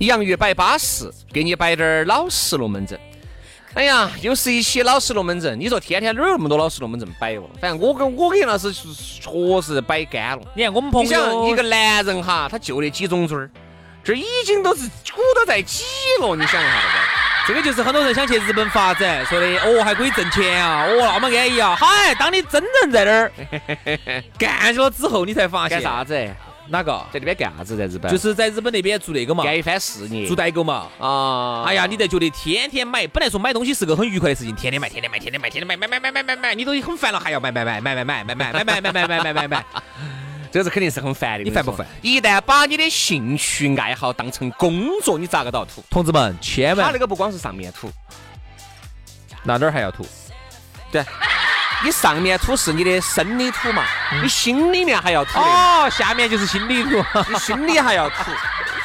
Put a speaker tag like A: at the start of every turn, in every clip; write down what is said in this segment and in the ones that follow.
A: 洋芋摆巴适，给你摆点儿老实龙门阵。哎呀，又是一期老实龙门阵。你说天天哪儿有那么多老实龙门阵摆哦？反正我跟我跟杨老师是确实摆干了。
B: 你看我们朋
A: 你想，一
B: 友
A: 个男人哈，他就那几种嘴儿，这已经都是鼓捣在挤了。你想一下这
B: 这个就是很多人想去日本发展，说的哦还可以挣钱啊，哦那么安逸啊。嗨，当你真正在那儿 干去了之后，你才发
A: 个干
B: 现
A: 啥子？哎
B: 哪个？
A: 在那边干啥子？在日本
B: 就是在日本那边做那个嘛，
A: 干一番事业。
B: 做代购嘛。
A: 啊！
B: 哎呀，你才觉得天天买，本来说买东西是个很愉快的事情，天天买，天天买，天天买，天天买，买买买买买买，你都很烦了，还要买买买买买买买买买买买买买买买买。
A: 这是肯定是很烦的。
B: 你
A: 我跟
B: 烦不
A: 说
B: 烦？
A: 一旦把你的兴趣爱好当成工作，你咋个都要吐。
B: 同志们，千
A: 他
B: 万
A: 那个不光是上面吐，
B: 那哪儿还要吐？
A: 你上面吐是你的生理吐嘛，你心里面还要吐的嘛，
B: 哦，下面就是心理图。
A: 你心里还要 吐。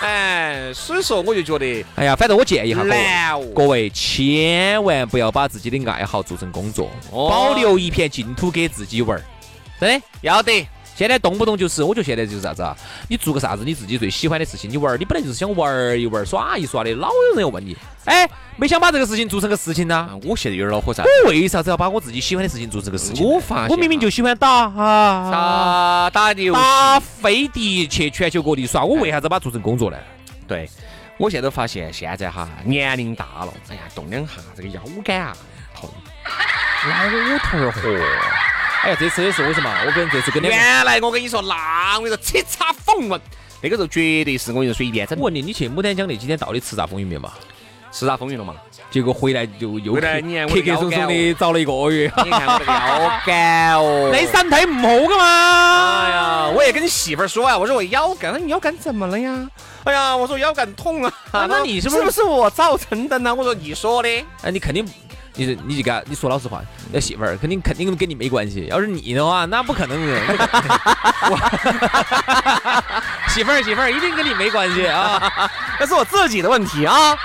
A: 哎，所以说我就觉得
B: 哎呀，反正我建议哈各位
A: 难哦，
B: 各位千万不要把自己的爱好做成工作，
A: 哦
B: 保留一片净土给自己玩儿。真的，
A: 要得，
B: 现在动不动就是，我觉得现在就是啥子啊？你做个啥子你自己最喜欢的事情，你玩儿，你本来就是想玩儿一玩儿、耍一耍的，老有人要问你，哎，没想把这个事情做成个事情呢、
A: 啊我现在有点恼火噻。
B: 我为啥子要把我自己喜欢的事情做成个事情呢？
A: 我发现
B: 我明明就喜欢打
A: 哦
B: 啊
A: 打打的游戏
B: 打飞的去全球各地耍，我为啥子把它做成工作呢？
A: 对，我现在都发现现在哈年龄大了，哎呀，动两下这个腰杆啊痛，
B: 哪有头儿活？哎呀，这次也是为什么？我跟这次跟两个
A: 原来我跟你说，那我跟你说，叱咤风云，那个时候绝对是我跟你说随便整
B: 我，问你，你去牡丹江那几天到底叱咤风云没嘛？
A: 叱咤风云了 嘛？
B: 结果回来就又
A: 回来
B: 客
A: 你看我
B: 客
A: 的
B: 客
A: 腰
B: 松
A: 杆
B: 松的
A: 哦
B: 找了一个月。
A: 你看我这个腰杆 哦，
B: 那三胎唔好噶嘛？
A: 哎呀，我也跟媳妇儿说啊，我说我腰杆，你腰杆怎么了呀？哎呀，我说腰杆痛啊。
B: 那那你是
A: 是啊
B: 不是
A: 不是我造成的呢？我说你说的，
B: 哎，你肯定，你是你这个，你说老实话，那媳妇儿肯定肯定跟你没关系。要是你的话，那不可能的。 我媳妇儿媳妇儿一定跟你没关系 啊！
A: 那是我自己的问题啊。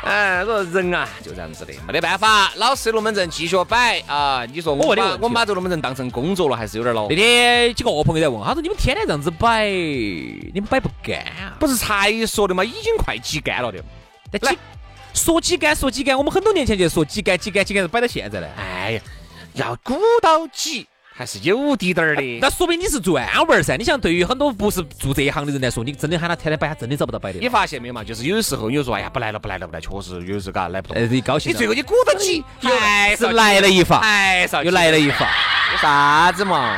A: 哎，说人啊，就这样子的，没得办法，老实龙门阵继续摆啊。你说
B: 我
A: 我
B: 问你个问
A: 把
B: 题
A: 我们把这个龙门阵当成工作了，还是有点恼
B: 那。天几个我朋友在问，他说你们天天这样子摆，你们摆不干啊？
A: 不是才说的吗？已经快挤干了的。
B: 但
A: 来
B: 几说几杆说几杆，我们很多年前就说几杆几杆几杆，摆到现 在嘞。
A: 哎呀，要鼓捣挤还是有滴点儿的。
B: 那说明你是专玩儿噻。你像对于很多不是做这一行的人来说，你真的喊他天天摆，他真的找不到摆的
A: 你。发现没有嘛？就是有的时候，你就说哎呀不来了不来了不来，确实有的时候嘎来不动
B: 呃，。你高兴
A: 你
B: 了
A: 最后你鼓捣起，
B: 又是来了一发，
A: 哎，少
B: 又来了一发。
A: 啥子嘛？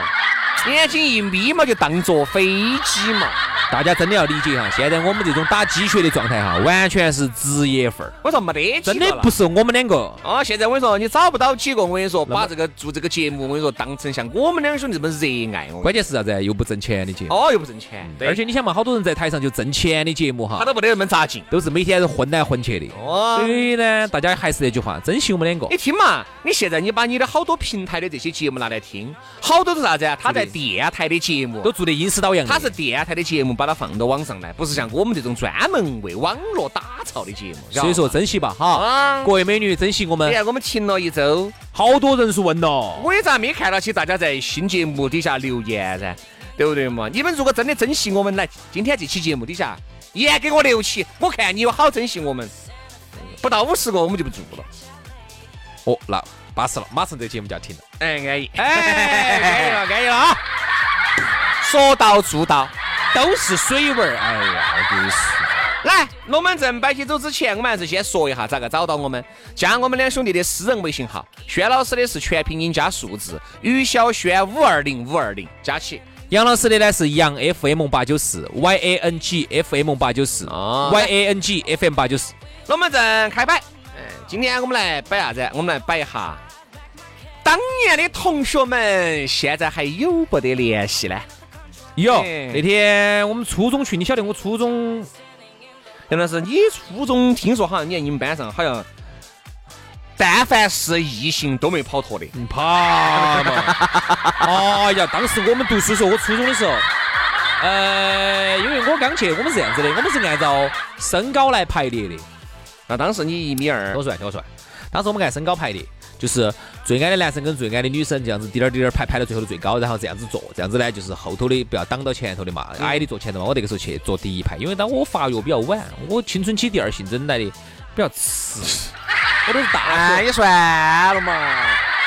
A: 眼睛一眯嘛，就当坐飞机嘛。
B: 大家真的要理解哈，现在我们这种打鸡血的状态哈，完全是职业范儿，
A: 我说没得，
B: 真的不。是嗯我们两个。
A: 啊！现在我跟你说，你找不到几个。我跟你说，
B: 那么
A: 把这个做这个节目，我跟你说，当成像我们两兄弟这么热爱哦。
B: 关键是啥子？又不挣钱的节目，
A: 哦，又不挣钱，
B: 嗯而且你想嘛，好多人在台上就挣钱的节目
A: 他
B: 哈，
A: 都没得那么扎劲。
B: 都是每天混来混去的。
A: 哦
B: 所，以呢，大家还是那句话，珍惜我们两个
A: 你。哦听嘛，你现在你把你的好多平台的这些节目拿来听，好多都是啥子啊？他在电台的节目
B: 都。做得阴湿到阳的。
A: 他是电台的节目，把它放到网上来，不是像我们这种专门为网络打造的节目。
B: 所以说珍惜吧哈，
A: 啊，
B: 各位美女珍惜我
A: 你
B: 们。
A: 看我们停了一周，
B: 好多人是问了，
A: 我也咋没看到起大家在新节目底下留言噻，对不对嘛？你们如果真的珍惜我们，来今天这期节目底下也给我留起，我看你有好珍惜我们。不到五十个我们就不做了，
B: 哦，那巴适了，马上这节目就要停了。
A: 哎，安逸，
B: 哎，安逸了，安逸了啊！
A: 说到做到。
B: 都是水文儿，哎呀，我跟你说，
A: 来，龙门阵摆起走之前，我们还是先说一下咋个找到我们。加我们两兄弟的私人微信号，轩老师的是全拼音加数字，于小轩五二零五二零加起。
B: 杨老师的呢是杨 FM 八九四 Y A N G F M 八九四
A: 哦
B: Y A N G F M 八九四。
A: 龙门阵开摆。嗯，今天我们来摆啥子？我们来摆一下，当年的同学们现在还有不得联系呢？
B: 有
A: 哎
B: 那天我们初中去，你晓得我初中
A: 杨老师，你初中听说好像你看你们班上好像，但凡是异性都没跑脱的。
B: 嗯怕 嘛？哎呀，当时我们读书时候，我初中的时候，呃，因为我刚去，我们是这样子的，我们是按照身高来排列的。
A: 那当时你一米二
B: 听我，说完，听我说完。当时我们按身高排列，就是最矮的男生跟最矮的女生这样子滴点儿滴点儿排，排到最后的最高，然后这样子坐，这样子呢就是后头的不要挡到前头的嘛，矮的坐前头嘛。我那个时候去坐第一排，因为当我发育比较晚，我青春期第二性征来的比较迟，我都是大
A: 哎，
B: 学。
A: 也算了嘛。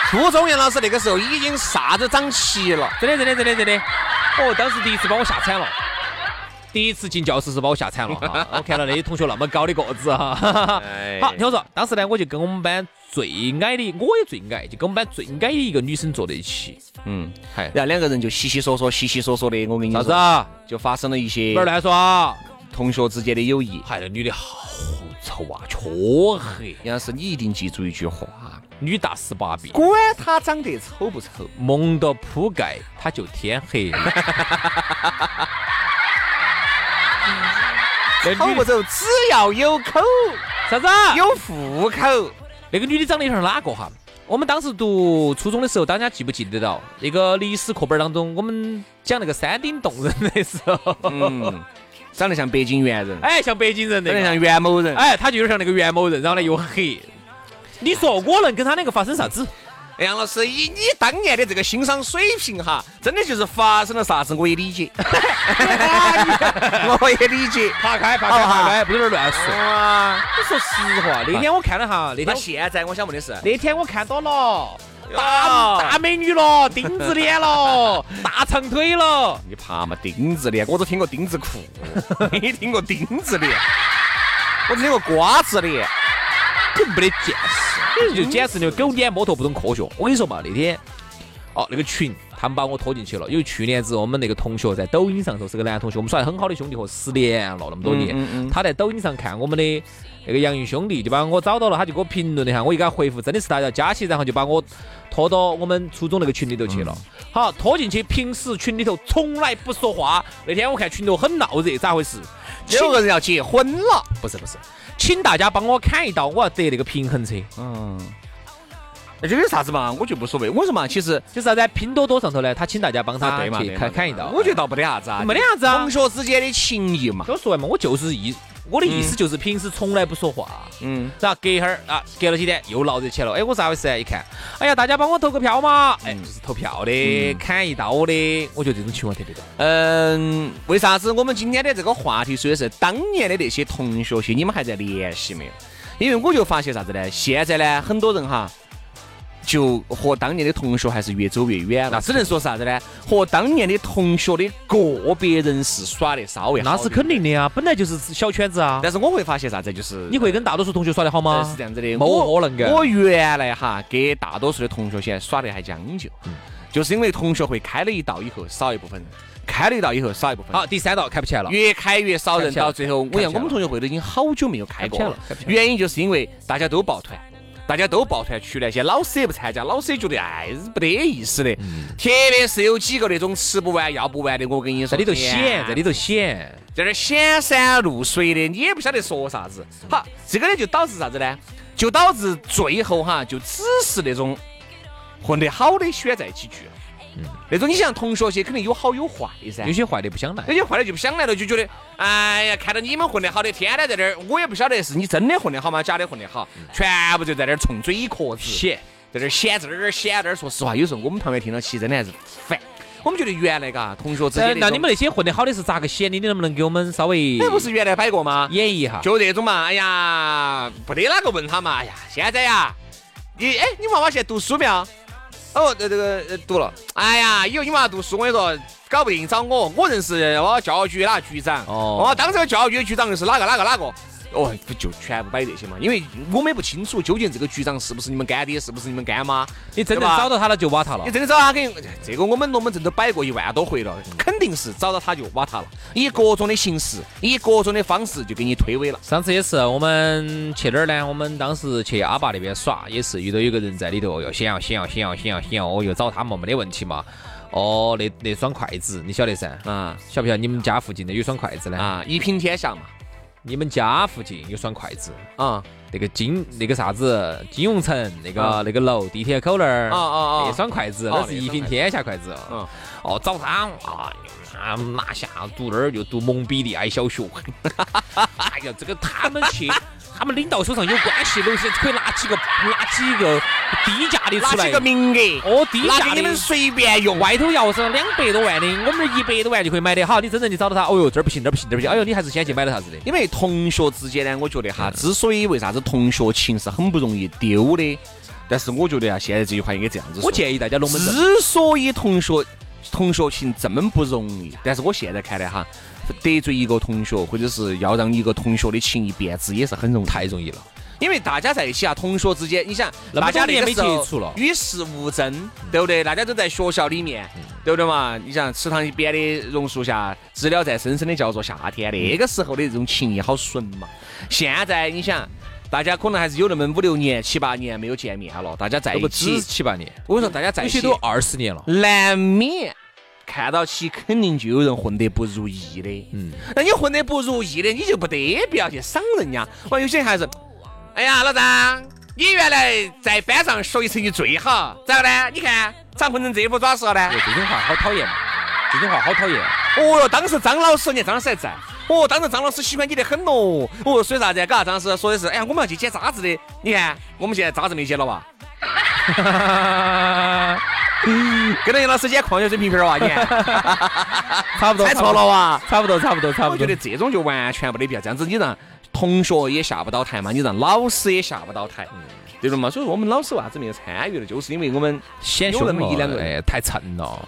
A: 初中杨老师那个时候已经啥子长齐了，
B: 真的真的真的真的，哦，当时第一次把我吓惨了。第一次进教室是把我吓惨了哈！我看到那些同学那么高的个子哈，
A: 哎
B: 好，听我说，当时呢，我就跟我们班最矮的，我也最矮，就跟我们班最矮的一个女生坐在一起。
A: 嗯，
B: 嗨，
A: 然后两个人就稀稀嗦嗦、稀稀嗦嗦的，我跟你
B: 啥
A: 说，哎
B: 子啊？
A: 就发生了一些
B: 不要乱说啊！
A: 同学之间的友谊。
B: 嗨，那女的好丑啊，黢黑，
A: 杨老师，你一定记住一句话：嗯
B: 女大十八变，
A: 管他长得丑不丑，
B: 蒙到铺盖她就天黑 了。那
A: 丑
B: 女
A: 不
B: 的
A: 丑，只要有口、
B: 啥子啊？
A: 有户口，
B: 那个女的长得有点哪个哈？我们当时读初中的时候，大家记不记得到那个历史课本当中，我们讲那个山顶洞人的时候，
A: 嗯，长得像北京猿人，
B: 哎，像北京人那
A: 长得
B: 个，
A: 像袁某人。
B: 哎，他就有点像那个袁某人，然后呢又黑。你说我能跟他两个发生啥子？
A: 杨老师，以你当年的这个欣赏水平哈，真的就是发生了啥子我也理解， 我也理解。
B: 爬开，爬
A: 开爬
B: 开，不能乱说。我
A: 哇，
B: 啊说实话，那天我看了哈，那
A: 那
B: 天
A: 现在我想问的是，
B: 那天我看到了。大
A: 啊
B: 大美女了，丁字脸了，大长腿了，
A: 你怕嘛？丁字脸，我只听过丁字裤， 没听过丁字脸，我只听过瓜子脸。
B: 真没得见识，就简直就狗撵摸头不懂科学。我跟你说嘛，那天哦那个群，他们把我拖进去了，因为去年子我们那个同学在抖音上头是个男同学，我们耍得很好的兄弟伙，十年了那么多年，他在抖音上看我们的。那个洋芋兄弟就把我找到了，他就给我评论了一下，我一给他回复，真的是他叫佳琪，然后就把我拖到我们初中那个群里头去了。好，拖进去，平时群里头从来不说话。那天我看群头很闹热，咋回事？
A: 有个人要结婚了，
B: 不是不是，请大家帮我砍一刀，我要得那个平衡车。
A: 嗯，那这个啥子嘛，我就无所谓。为什么？其实啊
B: 就是啥子？拼多多上头呢，他请大家帮他
A: 对嘛，
B: 去砍砍一刀。
A: 我觉得倒没得啥子啊，
B: 没得啥子啊
A: 同。学之间的情谊嘛。
B: 就说完嘛，我就是意，我的意思就是平时从来不说话，
A: 嗯，
B: 然后隔一会儿啊，隔了几天又闹热起来了。哎，我咋回事啊？一看，哎呀，大家帮我投个票嘛。
A: 嗯
B: 哎，就是投票的，砍一刀的，我觉得这种情况特别多。
A: 嗯，为啥子我们今天的这个话题说的是当年的那些同学些，你们还在联系没有？因为我就发现啥子呢？现在呢，很多人哈，就和当年的同学还是越走越远了。啊那只能说啥子呢？和当年的同学的个别人士耍得稍微好
B: 那是肯
A: 一点。
B: 定的呀，本来就是小圈子啊。
A: 但是我会发现啥子，就是
B: 你会跟大多数同学耍得好
A: 呃
B: 吗？
A: 是这样子的，
B: 没
A: 我
B: 可能的
A: 我原来哈给大多数的同学现在耍得还将就，就是因为同学会开了一道以后少一部分人，开了一道以后少一部分人。
B: 好，第三道开不起来了。
A: 越开越少
B: 开
A: 人，
B: 不起来
A: 到最后，我
B: 开不
A: 想
B: 起
A: 我
B: 来
A: 们同学会都已经好久没有开过
B: 开不起来了开不起来
A: 原因就是因为大家都抱团，大家都抱团去了，现在老师也不参加，老师也觉得哎是不得意思的。特别是有几个那种吃不完要不完的，我跟你说，
B: 在里头
A: 天
B: 显，
A: 啊
B: 在里头显。
A: 在那儿显山露水的，你也不晓得说啥子。好，这个呢就导致啥子呢？就导致最后哈，就只是那种混得好的选在几句，那种你想同学些肯定有好有坏噻
B: 有。些坏的不想来
A: 有。些坏的就不想来了，就觉得，哎呀，看到你们混得好的，天天在这儿，我也不晓得是你真的混得好吗？假的混得好，
B: 嗯
A: 全部就在这儿冲嘴壳子，
B: 显，
A: 在这儿显，在这儿显，在这儿。说实话，有时候我们旁边听到起，真的还是烦。我们觉得原来嘎，同学之间
B: 呃
A: 那种
B: 那你们那些混得好的是咋个显的？你能不能给我们稍微
A: 那不是原来摆过吗？
B: 演绎一下？
A: 就这种嘛，哎呀，不得哪个问他嘛，哎呀，现在呀，你哎，你娃娃现在读书没有？哦，这这个呃读了。哎呀，以后你们要读书，我跟你说，搞不定找我，我认识我教育局哪个局长，
B: 哦
A: 哦，当时教育局局长又是哪个哪个哪个，哦，不就全部摆这些嘛？因为我们也不清楚究竟这个局长是不是你们干爹，是不是你们干妈。
B: 你真
A: 对
B: 正
A: 吧
B: 找到他了就挖他了
A: 你。真的找他肯定，这个我们龙门阵都摆过一万多回了，肯定是找到他就挖他了，以各种的形式，以各种的方式就给你推诿了。
B: 上次也是我们去哪儿呢？我们当时去阿坝那边耍，也是遇到有个人在里头，哦哟，想要想要想要想要想要，哦哟，找他嘛，没得问题嘛。哦，那那双筷子你晓得噻？
A: 啊
B: 晓不晓得你们家附近的有双筷子呢？
A: 啊，一品天下嘛，
B: 你们家附近有双筷子，
A: 啊
B: 那个金那个啥子金融城那个、
A: 啊
B: 那个楼地铁口那儿
A: 啊啊啊
B: 那双筷子，
A: 哦
B: 那是一品天下筷子。
A: 嗯
B: 哦，找他啊，啊拿下读那儿就读蒙彼利埃小学。 哎呀，这个他们去， 他们领导手上有关系，楼下可以拿几个拿几个低价的
A: 拿
B: 出
A: 几
B: 来。
A: 个名额，
B: 哦，低
A: 拿给
B: 价
A: 你
B: 的。
A: 们随便用。
B: 外头要是两百多万的，我们这一百多万就可以买得好。你真正你找到他，哦哟，这儿不行，这儿不行，这儿不行。哎呦，你还是先去买了啥子的。
A: 因为同学之间呢，我觉得哈，之所以为啥子同学情是很不容易丢的，但是我觉得啊，现在这句话应该这样子说。
B: 我建议大家龙门阵。
A: 之所以同学同学情这么不容易，但是我现在看来哈，得罪一个同学，或者是要让一个同学的情谊变质，也是很容易，太容易了。因为大家在一起啊，同学之间，你想，
B: 那么
A: 大家
B: 多
A: 那
B: 年
A: 个
B: 没
A: 时候
B: 接触了
A: 与世无争，对不对？大家都在学校里面，
B: 嗯
A: 对不对嘛？你想，池塘边的榕树下，知了在深深的叫做夏天。那个时候的这种情谊好纯嘛。现在你想，大家可能还是有那么五六年、七八年没有见面了，大家在
B: 都不
A: 一
B: 止
A: 起，
B: 七八年，
A: 我跟你说，大家在
B: 有
A: 一起
B: 些都二十年了。
A: 难免看到起，肯定就有人混得不如意的。嗯，那你混得不如意的，你就不得必要去赏人家。哇，有些人还是，哎呀，老张，你原来在班上学习成绩最好，咋个呢？你看长混成这副爪舌呢？
B: 对这种话好讨厌嘛，这种话好讨厌。
A: 哦哟，当时张老师，你看张老师还在。哦，当时张老师喜欢你得很哦。哦，说啥子？嘎，张老师说的是，哎呀，我们要去捡渣子的。你看，我们现在渣子没捡了吧？跟着杨老师捡矿泉水瓶瓶儿哇，你看
B: 差不多，
A: 猜错了哇？
B: 差不多，差不多，差不多，差不多。
A: 我觉得这种就完全没得必要，这样子你让同学也下不到台嘛，你让老师也下不到台，对了嘛。所以说我们老师为啥啊子没有参与呢？就是因为我们
B: 显
A: 有
B: 凶
A: 那么一两
B: 了，
A: 个人。
B: 哎，太沉了。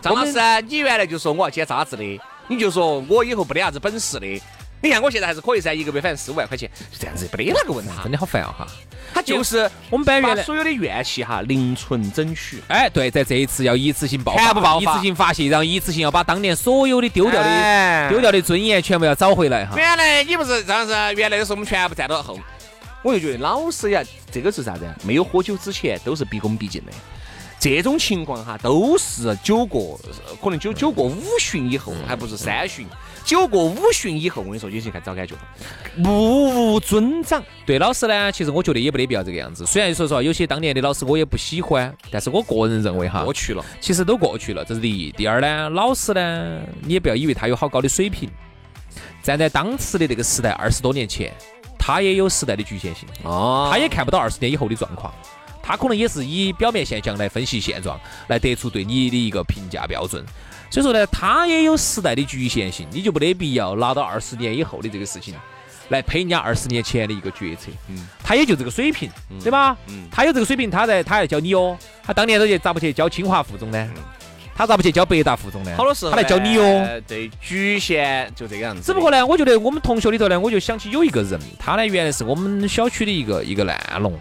A: 张老师，你原来就说我要捡渣子的，你就说我以后不得啥子本事的。你看我现在还是可以噻，一个月反正四五万块钱，就这样子，没得哪个问他
B: 真，的好烦啊哈！
A: 他就是
B: 我们班
A: 把
B: 原来，
A: 所有的怨气哈零存整取。
B: 哎，对，在这一次要一次性爆
A: 全部爆
B: 发，一
A: 发
B: 次性发泄，然后一次性要把当年所有的丢掉
A: 哎
B: 的、丢掉的尊严全部要找回来哈。
A: 原来你不是张老师，原来的时候我们全部站到后，我就觉得老师呀，这个是啥子啊？没有喝酒之前都是毕恭毕敬的。这种情况哈，都是酒过，呃可能酒酒过五巡以后，还不是三巡，酒过五巡以后，我跟你说，有些看找感觉了，目无尊长。
B: 对老师呢，其实我觉得也没得必要这个样子。虽然说实话，有些当年的老师我也不喜欢，但是我个人认为哈，
A: 过去了，
B: 其实都过去了，这是第一。第二呢，老师呢，你也不要以为他有好高的水平。站在当时的那个时代，二十多年前，他也有时代的局限性，
A: 哦
B: 他也看不到二十年以后的状况。他可能也是以表面现象来分析现状，来得出对你的一个评价标准。所以说呢，他也有时代的局限性，你就没得必要拿到二十年以后的这个事情来推人家二十年前的一个决策。
A: 嗯
B: 他也就这个水平，对吧？
A: 嗯
B: 他有这个水平，他在他还教你哦。他当年都去咋不去教清华附中呢？他咋不去教北大附中呢？
A: 嗯好多时候
B: 他来教你哦。
A: 呃。对，局限就这个样子。
B: 只不过呢，我觉得我们同学里头呢，我就想起有一个人，他呢原来是我们小区的一个一个烂龙，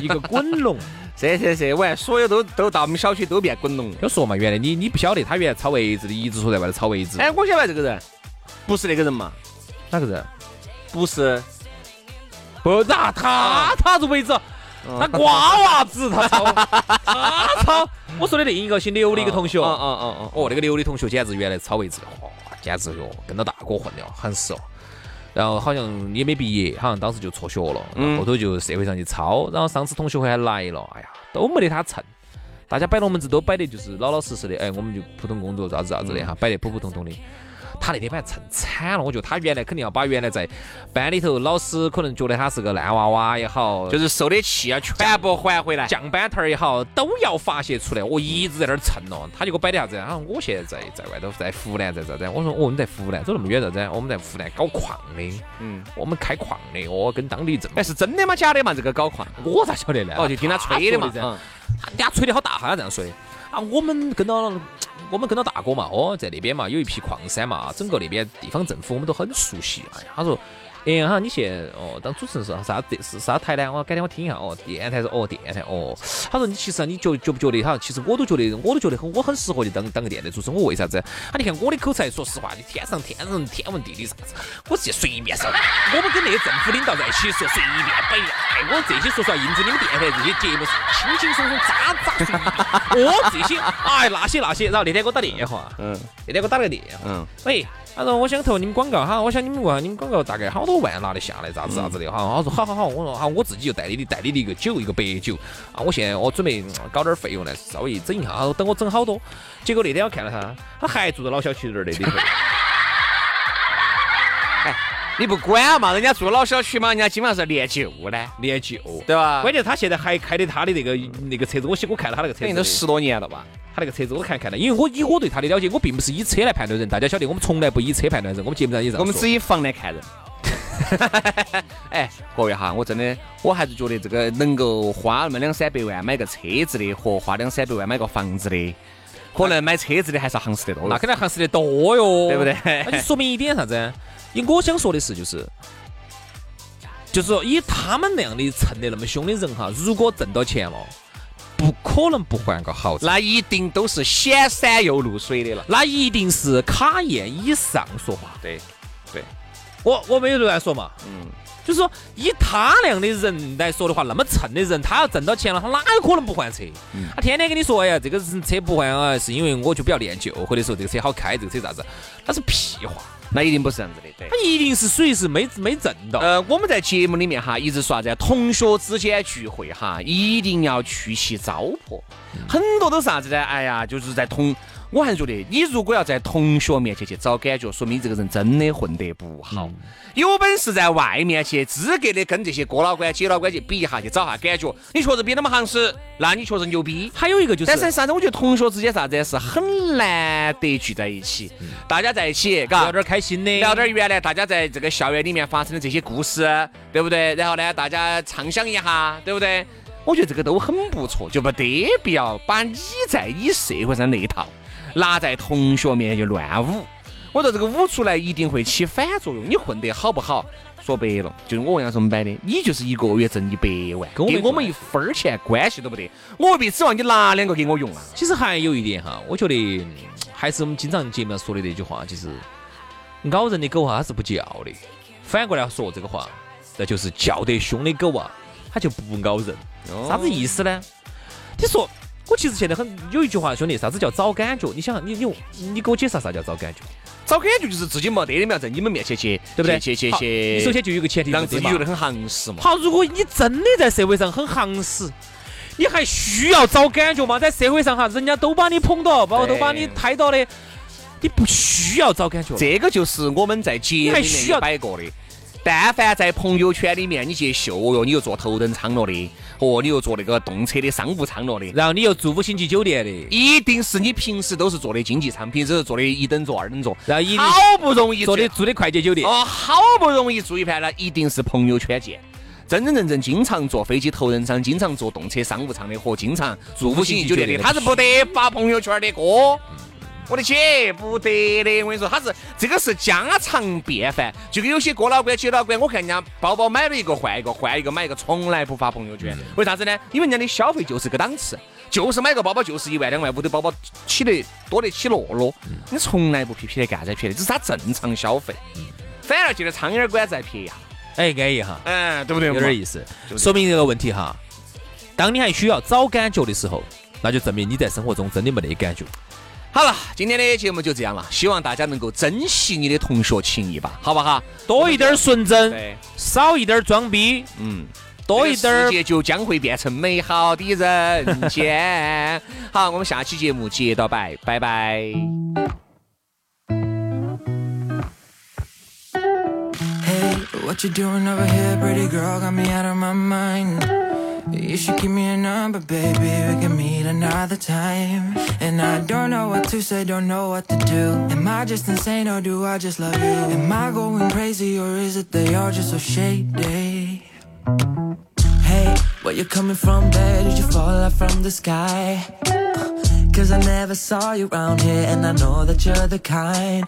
B: 一个滚龙。
A: 这这这，我看所有都都到我们小区都变滚龙了。
B: 要说嘛，原来你你不晓得，他原来炒围子的，一直说在外头炒围子。
A: 哎，我晓得这个人，不是那个人嘛，
B: 哪个人？
A: 不是
B: 不，那他他是围子，
A: 嗯
B: 那瓜娃子他炒，他炒。我说的另一个姓刘的一个同学，
A: 嗯嗯嗯嗯，
B: 哦，那个刘的同学简直原来炒位置，哇、简直哟，跟着大哥混的，很是哦。然后好像也没毕业，好像当时就辍学了，然后
A: 嗯
B: 后头就社会上去抄。然后上次同学会还来了，哎呀，都没得他称。大家摆龙门阵都摆的就是老老实实的，哎，我们就普通工作啥子啥子
A: 嗯
B: 的哈，摆得普普通通的。他那天把他蹭惨了，我觉得他原来肯定要把原来在班里头老师可能觉得他是个烂娃娃也好，
A: 就是受的气啊，全部还回来。
B: 降班头儿也好，都要发泄出来。我一直在那儿蹭咯，他就给我摆的啥子？他说我现在在在外头，在湖南，在啥子？我说哦，你在湖南走那么远啥子？我们在湖南搞矿的，
A: 嗯，
B: 我们开矿的，哦，跟当地政府
A: 哎，。是真的吗？假的嘛？这个搞矿
B: 我咋晓得呢？
A: 哦，就听他吹的嘛。
B: 噻。
A: 嗯
B: 人家吹得好大哈，这样说的啊，我们跟到我们跟到大哥嘛，哦，在那边嘛有一批矿山嘛，整个那边地方政府我们都很熟悉。哎呀，他说。哎呀，哈，你去哦，当主持人是啥电是啥台呢？我改天我听一下哦，电台是哦，电台哦。他说你其实啊你觉觉不觉得哈？其实我都觉得，我都觉得很我很适合去当当个电台主持人。我为啥子？啊，你看我的口才，说实话，你天上天人天文地理啥子，我是随便说。我们跟那些政府领导在一起说随便摆，哎，我这些说实话，印证你们电台这些节目是轻轻松松、渣渣随便。我这些哎那些那些，然后那天给我打电 话，
A: 嗯
B: 那天给我打了个电话，
A: 嗯，
B: 喂，他说我想投你们广告哈，我想你们问下你们广告大概好多万拿得下来，咋子咋子的哈。他说好好好，我说好，我自己就代理的代理的一个酒一个白酒啊，我现在我准备嗯搞点费用来稍微整一下，他说等我整好多。结果那天我看了他，他还住在老小区那儿那里头，
A: 你不管嘛，人家住老小区嘛，人家基本上是练就呢，
B: 练酒。
A: 对啊嗯吧？
B: 关键他现在还开的他的那个那个车子，我我看了他那个车
A: 肯定
B: 子
A: 都十多年了吧？
B: 他那个车子我看看了，因为我以我对他的了解，我并不是以车来判断人，大家晓得我们从来不以车判断人，我们节目上也这样
A: 我们
B: 说
A: 只以房来看人。 哎，各位哈，我真的，我还是觉得这个能够花那么两三百万买个车子的，和花两三百万买个房子的，可能买车子的还是行市得多。
B: 那肯定行市的多哟，
A: 对不对
B: 那就说明一点啥子？因为我想说的是，就是，就是说以他们那样的蹭得那么凶的人哈，如果挣到钱了，不可能不换个豪宅，
A: 那一定都是显山又露水的了。
B: 那一定是卡宴以上说话。
A: 对，
B: 我我没有乱说嘛，
A: 嗯，
B: 就是说以他那样的人来说的话，那么蹭的人，他要挣到钱了，他哪有可能不换车？他天天跟你说，哎呀，这个车不换啊，是因为我就比较恋旧，或者说这个车好开，这个车咋子？那是屁话。
A: 那一定不是这样子的。对。
B: 他一定是属于是没没挣到。
A: 呃，我们在节目里面哈，一直说啥子？同学之间聚会哈，一定要去其糟粕。
B: 嗯
A: 很多都是啥子呢？哎呀，就是在同，我还是觉得你如果要在同学面前去找感觉，说明这个人真的混得不好。
B: 嗯
A: 有本事在外面去资格的跟这些哥老倌、姐老倌去比一下，去找下感觉，你确实比他们行势，那你确实牛逼。
B: 还有一个就是，
A: 但是啥子？我觉得同学之间啥子是很难得聚在一起，大家在一起，
B: 嗯
A: 嘎，
B: 啊聊点开心的，
A: 聊点儿原来大家在这个校园里面发生的这些故事，对不对？然后呢，大家畅想一下，对不对？我觉得这个都很不错，就没得必要把你在你社会上那一套拿在同学面前就乱舞。我说这个舞出来一定会起反作用，你混得好不好？说白了，就是我杨松摆的，你就是一个月挣一百万，
B: 跟我没
A: 跟我们
B: 关系
A: 一分儿钱关系都不得，我何必指望你拿两个给我用啊？
B: 其实还有一点哈，我觉得嗯还是我们经常节目上说的那句话，就是咬人的狗啊，它是不叫的。反过来说这个话，那就是叫得凶的狗啊，它就不咬人。
A: 哦
B: 啥子意思呢？你说，我其实现在很有一句话，兄弟，啥子叫找感觉？你想，你你你给我解释啥叫找感觉，
A: 找感觉就是自己没得的嘛，在你们面前去，
B: 对不对？
A: 去去
B: 好
A: 去，
B: 你首先就有一个前提，
A: 让自己
B: 对吧
A: 觉得很行实嘛。
B: 好，如果你真的在社会上很行实，你还需要找感觉吗？在社会上哈，人家都把你捧到，包括
A: 对
B: 都把你抬到的，你不需要找感觉。
A: 这个就是我们在节目里
B: 你还
A: 面
B: 需
A: 也
B: 要
A: 摆过的。但凡在朋友圈里面你去秀，哦哟，你又坐头等舱了的，哦，你又坐那个动车的商务舱了的，
B: 然后你又住五星级酒店的，
A: 一定是你平时都是坐的经济舱，平时都是坐的一等座、二等座，
B: 然后一
A: 好不容易
B: 坐的
A: 聚
B: 住的快捷酒店，
A: 哦，好不容易住一盘了，一定是朋友圈见。真真正正经常坐飞机头等舱、经常坐动车商务舱的和经常住五星级酒店的，他是不得发朋友圈的哥。我的姐，不得的！我跟你说，他是这个是家常便饭，就跟有些哥老倌、姐老倌，我看人家包包买了一个换一个，换一个买一个，从来不发朋友圈。为啥子呢？因为人家的消费就是个档次，就是买个包包就是一万两万五的包包，起得多得起落落。你从来不批评的干啥批的，这是他正常消费。反而觉得苍蝇馆再撇一下，
B: 哎，安逸哈，
A: 嗯，对不对？
B: 有点意思
A: 就，是
B: 说明这个问题哈。当你还需要找感觉的时候，那就证明你在生活中真的没得感觉。
A: 好了，今天的节目就这样了，希望大家能够珍惜你的同学情谊吧，好不好？
B: 多一点儿纯真，
A: 对，
B: 少一点儿装逼，
A: 嗯，
B: 多一点
A: 这个
B: 儿
A: 世界就将会变成美好的人间。 好，我们下期节目接着拜，拜拜。
C: Hey, what you doing over here, pretty girl? Got me out of my mind. You should give me your number, baby. We can meet another time. And I don't know what to say, don't know what to do. Am I just insane or do I just love you? Am I going crazy or is it they are just so shady? Hey, what you you coming from, where did you fall out from the sky? Cause I never saw you around here, and I know that you're the kind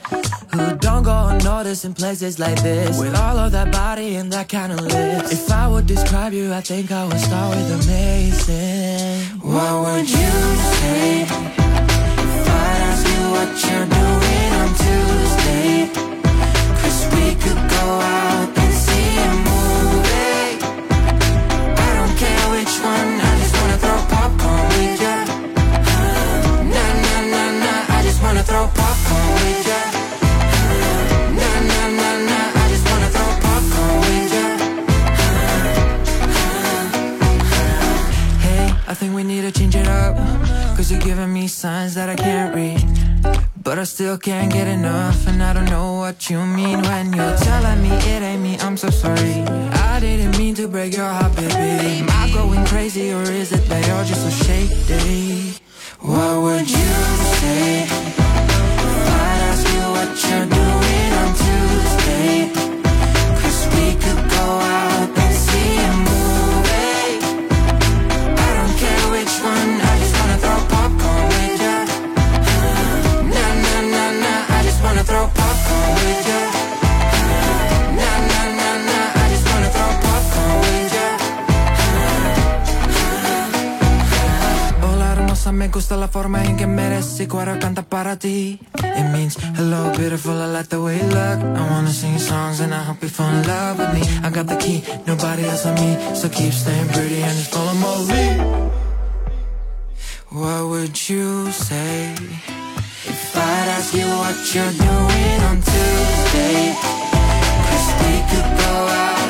C: who don't go unnoticed in places like this. With all of that body and that kind of lips. If I would describe you, I think I would start with amazing. What would you say if I asked you what you're doing on Tuesday? Cause we could go out and see a movie. I don't care which one, I just wanna throw popcorn with ya. Nah, nah, nah, nah, I just wanna throw popcorn with ya. Nah, nah, nah, nah, I just wanna throw popcorn with ya. Hey, I think we need to change it up. Cause you're giving me signs that I can't read. But I still can't get enough, and I don't know what you mean when you're telling me it ain't me. I'm so sorry. I didn't mean to break your heart, baby. Am I going crazy, or is it that you're just so shady? What would you say if I ask you what you're doing on Tuesday? Cause we could go out and see a movie. I don't care which one, I just wanna throw popcorn with ya. Nah, nah, nah, nah, I just wanna throw popcorn with ya. Nah, nah, nah, nah, I just wanna throw popcorn with ya. Hola hermosa, me gusta la forma en que me eres y cuero canta para ti. It means hello beautiful, I like the way you look. I wanna sing your songs and I hope you fall in love with me. I got the key, nobody else on me, so keep staying pretty and just follow my lead. What would you say if I'd ask you what you're doing on Tuesday? 'Cause we could go out.